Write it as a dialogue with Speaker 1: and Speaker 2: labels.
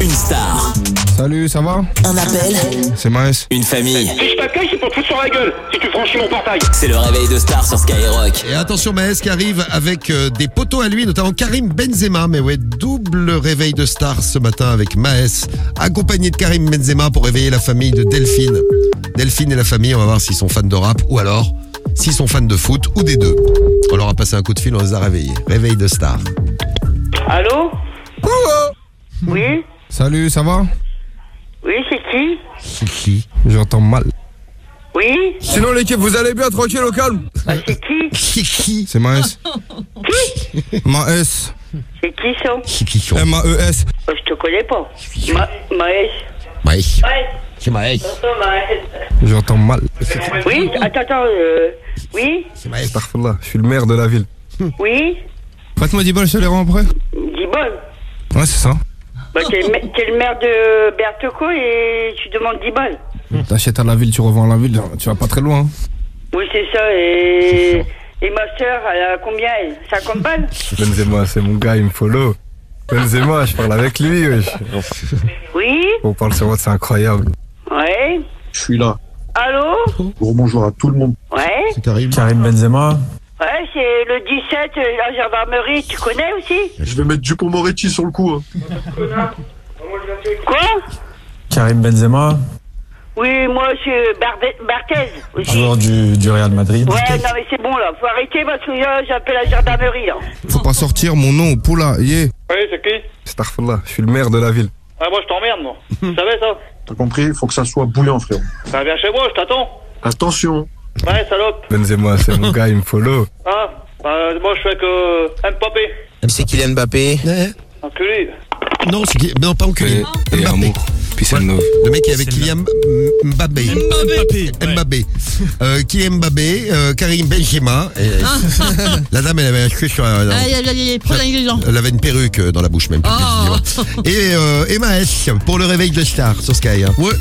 Speaker 1: Une star,
Speaker 2: Salut, ça va
Speaker 1: un appel,
Speaker 2: C'est Maes.
Speaker 1: une famille.
Speaker 3: Si je t'accueille, c'est pour te foutre sur la gueule si tu franchis mon portail.
Speaker 1: C'est le réveil de star sur Skyrock.
Speaker 2: Et attention, Maes qui arrive avec euh, des poteaux à lui, notamment Karim Benzema. Mais ouais, double réveil de star ce matin avec Maes, accompagné de Karim Benzema pour réveiller la famille de Delphine. Delphine et la famille, on va voir s'ils sont fans de rap ou alors s'ils sont fans de foot ou des deux. On leur a passé un coup de fil, on les a réveillés. Réveil de star.
Speaker 4: Allô Oui
Speaker 2: Salut, ça va
Speaker 4: Oui, c'est qui
Speaker 2: C'est qui J'entends mal.
Speaker 4: Oui
Speaker 5: Sinon l'équipe, vous allez bien, tranquille, au calme
Speaker 4: C'est qui
Speaker 2: C'est qui
Speaker 5: C'est Maes. Maes. E
Speaker 4: C'est qui ça
Speaker 2: C'est qui
Speaker 5: M-A-E-S.
Speaker 4: Oh, Je te connais pas. Ma Maës.
Speaker 2: Maes. C'est Maes. J'entends mal.
Speaker 4: Oui Attends, attends. euh, Oui
Speaker 2: C'est Maes.
Speaker 5: Astaghfirullah, je suis le maire de la ville.
Speaker 4: Oui
Speaker 5: Prête-moi 10 balles, je te les rends après.
Speaker 4: Dis bon.
Speaker 5: Ouais, c'est ça.
Speaker 4: Bah, t'es le ma- t'es le maire de Berteco et tu demandes 10 balles.
Speaker 5: T'achètes à la ville, tu revends à la ville, tu vas pas très loin. hein.
Speaker 4: Oui, c'est ça. Et... et ma soeur, elle a combien elle 50 balles
Speaker 5: Benzema, c'est mon gars, il me follow. Benzema, je parle avec lui, wesh.
Speaker 4: Oui
Speaker 5: On parle sur moi, c'est incroyable.
Speaker 4: Ouais
Speaker 6: Je suis là.
Speaker 4: Allô
Speaker 6: Gros bonjour à tout le monde.
Speaker 4: Ouais
Speaker 2: C'est Karim.
Speaker 5: Karim Benzema.
Speaker 4: Ouais, c'est le 17, euh, la gendarmerie. Tu connais aussi
Speaker 6: Je vais mettre Dupont Moretti sur le coup. hein.
Speaker 4: Quoi
Speaker 5: Karim Benzema,
Speaker 4: Oui, moi, c'est Barbe- Barthez aussi.
Speaker 5: du, du Real Madrid.
Speaker 4: Ouais, non, mais c'est bon, là. Faut arrêter parce que là, j'appelle la gendarmerie, là.
Speaker 5: Faut pas sortir mon nom au poula, yeah.
Speaker 7: Oui, c'est qui
Speaker 5: Astaghfirullah, je suis le maire de la ville.
Speaker 7: Ah, moi je t'emmerde, moi. Vous savez ça
Speaker 6: T'as compris Il faut que ça soit bouillant, frérot.
Speaker 7: Ça vient chez moi, je t'attends.
Speaker 6: Attention.
Speaker 7: Ouais, salope.
Speaker 5: Benzema, c'est mon gars, il me follow.
Speaker 7: Hein Bah, moi je fais que euh, Mbappé.
Speaker 8: C'est Kylian Mbappé.
Speaker 2: Eh,
Speaker 7: Enculé.
Speaker 2: Non, c'est qui Non, pas enculé. Mbappé.
Speaker 5: Peace
Speaker 2: and
Speaker 5: love.
Speaker 2: Le mec est avec Kylian Mbappé. Mbappé. Mbappé. Euh, Kylian Mbappé, euh, Karim Benzema. et- la dame, elle avait un cheveu sur la... la-
Speaker 9: Aïe, aïe, aïe, aïe, prends l'ingrédient.
Speaker 2: Elle avait une perruque euh, dans la bouche même. plus
Speaker 9: Oh.
Speaker 2: précisément. Et euh, Emma S pour le réveil de Star sur Sky. hein.
Speaker 5: Ouais,